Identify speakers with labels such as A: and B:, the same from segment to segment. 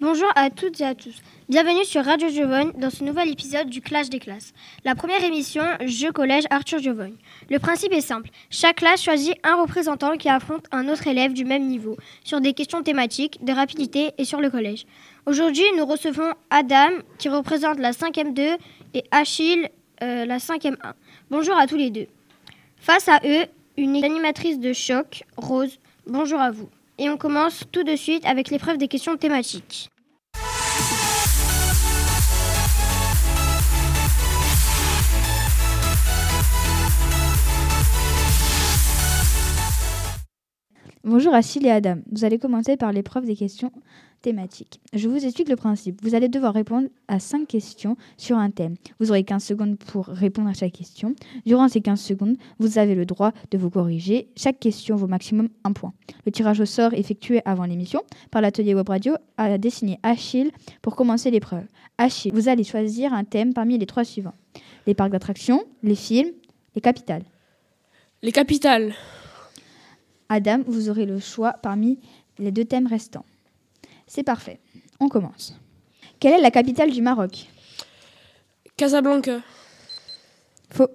A: Bonjour à toutes et à tous. Bienvenue sur Radio Giovanni dans ce nouvel épisode du Clash des classes. La première émission, Jeu collège Arthur Giovanni. Le principe est simple. Chaque classe choisit un représentant qui affronte un autre élève du même niveau sur des questions thématiques, de rapidité et sur le collège. Aujourd'hui, nous recevons Adam qui représente la 5e 2 et Achille euh, la 5e 1. Bonjour à tous les deux. Face à eux, une animatrice de choc, Rose. Bonjour à vous. Et on commence tout de suite avec l'épreuve des questions thématiques.
B: Bonjour Achille et Adam. Vous allez commencer par l'épreuve des questions thématiques. Je vous explique le principe. Vous allez devoir répondre à 5 questions sur un thème. Vous aurez 15 secondes pour répondre à chaque question. Durant ces 15 secondes, vous avez le droit de vous corriger. Chaque question vaut maximum un point. Le tirage au sort effectué avant l'émission par l'atelier Web Radio a dessiné Achille pour commencer l'épreuve. Achille, vous allez choisir un thème parmi les trois suivants. Les parcs d'attractions, les films, les capitales.
C: Les capitales.
B: Adam, vous aurez le choix parmi les deux thèmes restants. C'est parfait. On commence. Quelle est la capitale du Maroc
C: Casablanca.
B: Faux.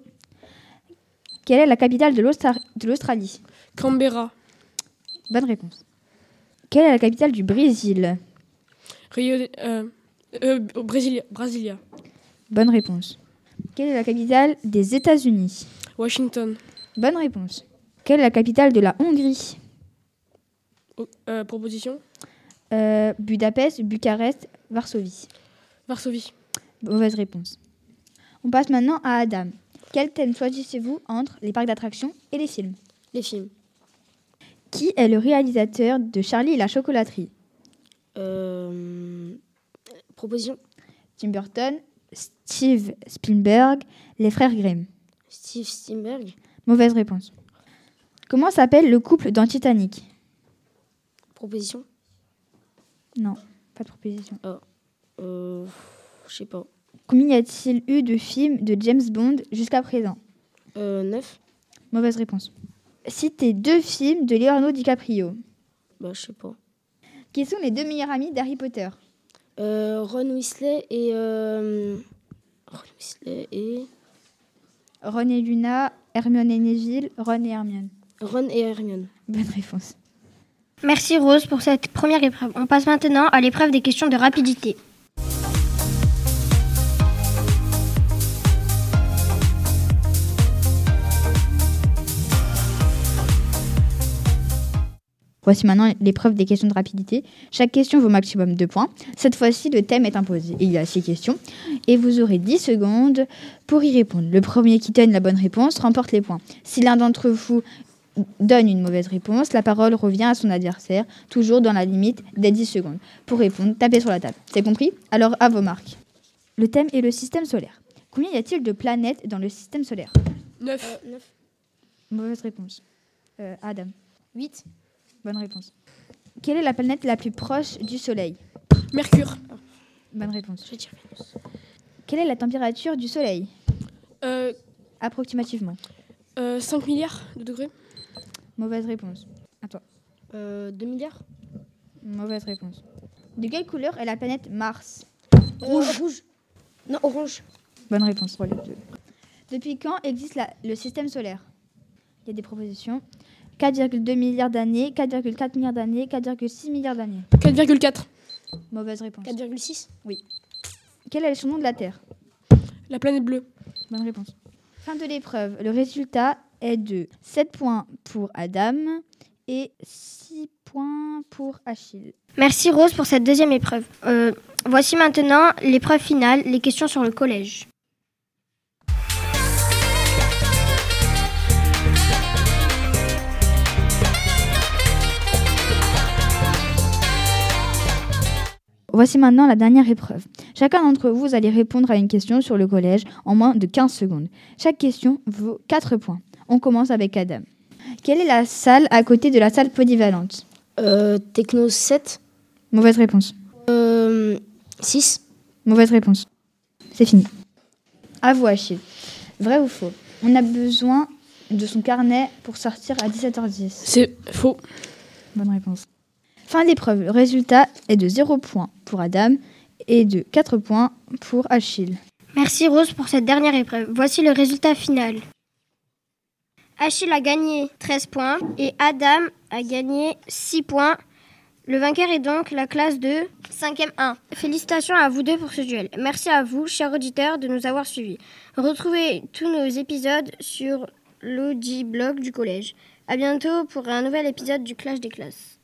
B: Quelle est la capitale de l'Austra- de l'Australie
C: Canberra.
B: Bonne réponse. Quelle est la capitale du Brésil
C: Rio. de- euh, euh, Brasilia. Brasilia.
B: Bonne réponse. Quelle est la capitale des États-Unis
C: Washington.
B: Bonne réponse. Quelle est la capitale de la Hongrie
C: Oh, euh, proposition.
B: Euh, Budapest, Bucarest, Varsovie.
C: Varsovie.
B: Mauvaise réponse. On passe maintenant à Adam. Quel thème choisissez-vous entre les parcs d'attractions et les films
D: Les films.
B: Qui est le réalisateur de Charlie et la chocolaterie
D: Euh, proposition.
B: Tim Burton, Steve Spielberg, les frères Grimm.
D: Steve Steinberg.
B: Mauvaise réponse. Comment s'appelle le couple dans Titanic
D: Proposition.
B: Non, pas de proposition.
D: Euh, je sais pas.
B: Combien y a-t-il eu de films de James Bond jusqu'à présent
D: Euh, 9.
B: Mauvaise réponse. Citez deux films de Leonardo DiCaprio.
D: Bah, je sais pas.
B: Qui sont les deux meilleurs amis d'Harry Potter
D: Euh, Ron Weasley et. euh, Ron Weasley et.
B: Ron et Luna, Hermione et Neville, Ron et Hermione.
D: Ron et Hermione.
B: Bonne réponse.
A: Merci Rose pour cette première épreuve. On passe maintenant à l'épreuve des questions de rapidité.
B: Voici maintenant l'épreuve des questions de rapidité. Chaque question vaut maximum 2 points. Cette fois-ci, le thème est imposé. Il y a 6 questions et vous aurez 10 secondes pour y répondre. Le premier qui donne la bonne réponse remporte les points. Si l'un d'entre vous donne une mauvaise réponse, la parole revient à son adversaire, toujours dans la limite des 10 secondes. Pour répondre, tapez sur la table. C'est compris Alors à vos marques. Le thème est le système solaire. Combien y a-t-il de planètes dans le système solaire
C: 9.
D: Euh, 9.
B: Mauvaise réponse. Euh, Adam. 8. Bonne réponse. Quelle est la planète la plus proche du Soleil
C: Mercure.
B: Bonne réponse.
D: Je vais dire Vénus.
B: Quelle est la température du Soleil
C: Euh,
B: Approximativement.
C: euh, 5 milliards de degrés.
B: Mauvaise réponse. À toi.
D: Euh, 2 milliards
B: Mauvaise réponse. De quelle couleur est la planète Mars
D: Rouge. Euh, rouge. Non, orange.
B: Bonne réponse. Depuis quand existe la- le système solaire Il y a des propositions. 4,2 milliards d'années, 4,4 milliards d'années, 4,6 milliards d'années.
C: 4,4.
B: Mauvaise réponse.
D: 4,6
B: Quel est le surnom de la Terre
C: La planète bleue.
B: Bonne réponse. Fin de l'épreuve. Le résultat est de 7 points pour Adam et 6 points pour Achille.
A: Merci Rose pour cette deuxième épreuve. Euh, voici maintenant l'épreuve finale, les questions sur le collège.
B: Voici maintenant la dernière épreuve. Chacun d'entre vous allez répondre à une question sur le collège en moins de 15 secondes. Chaque question vaut 4 points. On commence avec Adam. Quelle est la salle à côté de la salle polyvalente
D: Euh, Techno 7.
B: Mauvaise réponse.
D: Euh, 6.
B: Mauvaise réponse. C'est fini. À vous, Achille. Vrai ou faux On a besoin de son carnet pour sortir à 17h10.
C: C'est faux.
B: Bonne réponse. Fin de l'épreuve. Le résultat est de 0 points pour Adam et de 4 points pour Achille.
A: Merci Rose pour cette dernière épreuve. Voici le résultat final. Achille a gagné 13 points et Adam a gagné 6 points. Le vainqueur est donc la classe de 5e 1. Félicitations à vous deux pour ce duel. Merci à vous, chers auditeurs, de nous avoir suivis. Retrouvez tous nos épisodes sur l'audiblog du collège. À bientôt pour un nouvel épisode du Clash des classes.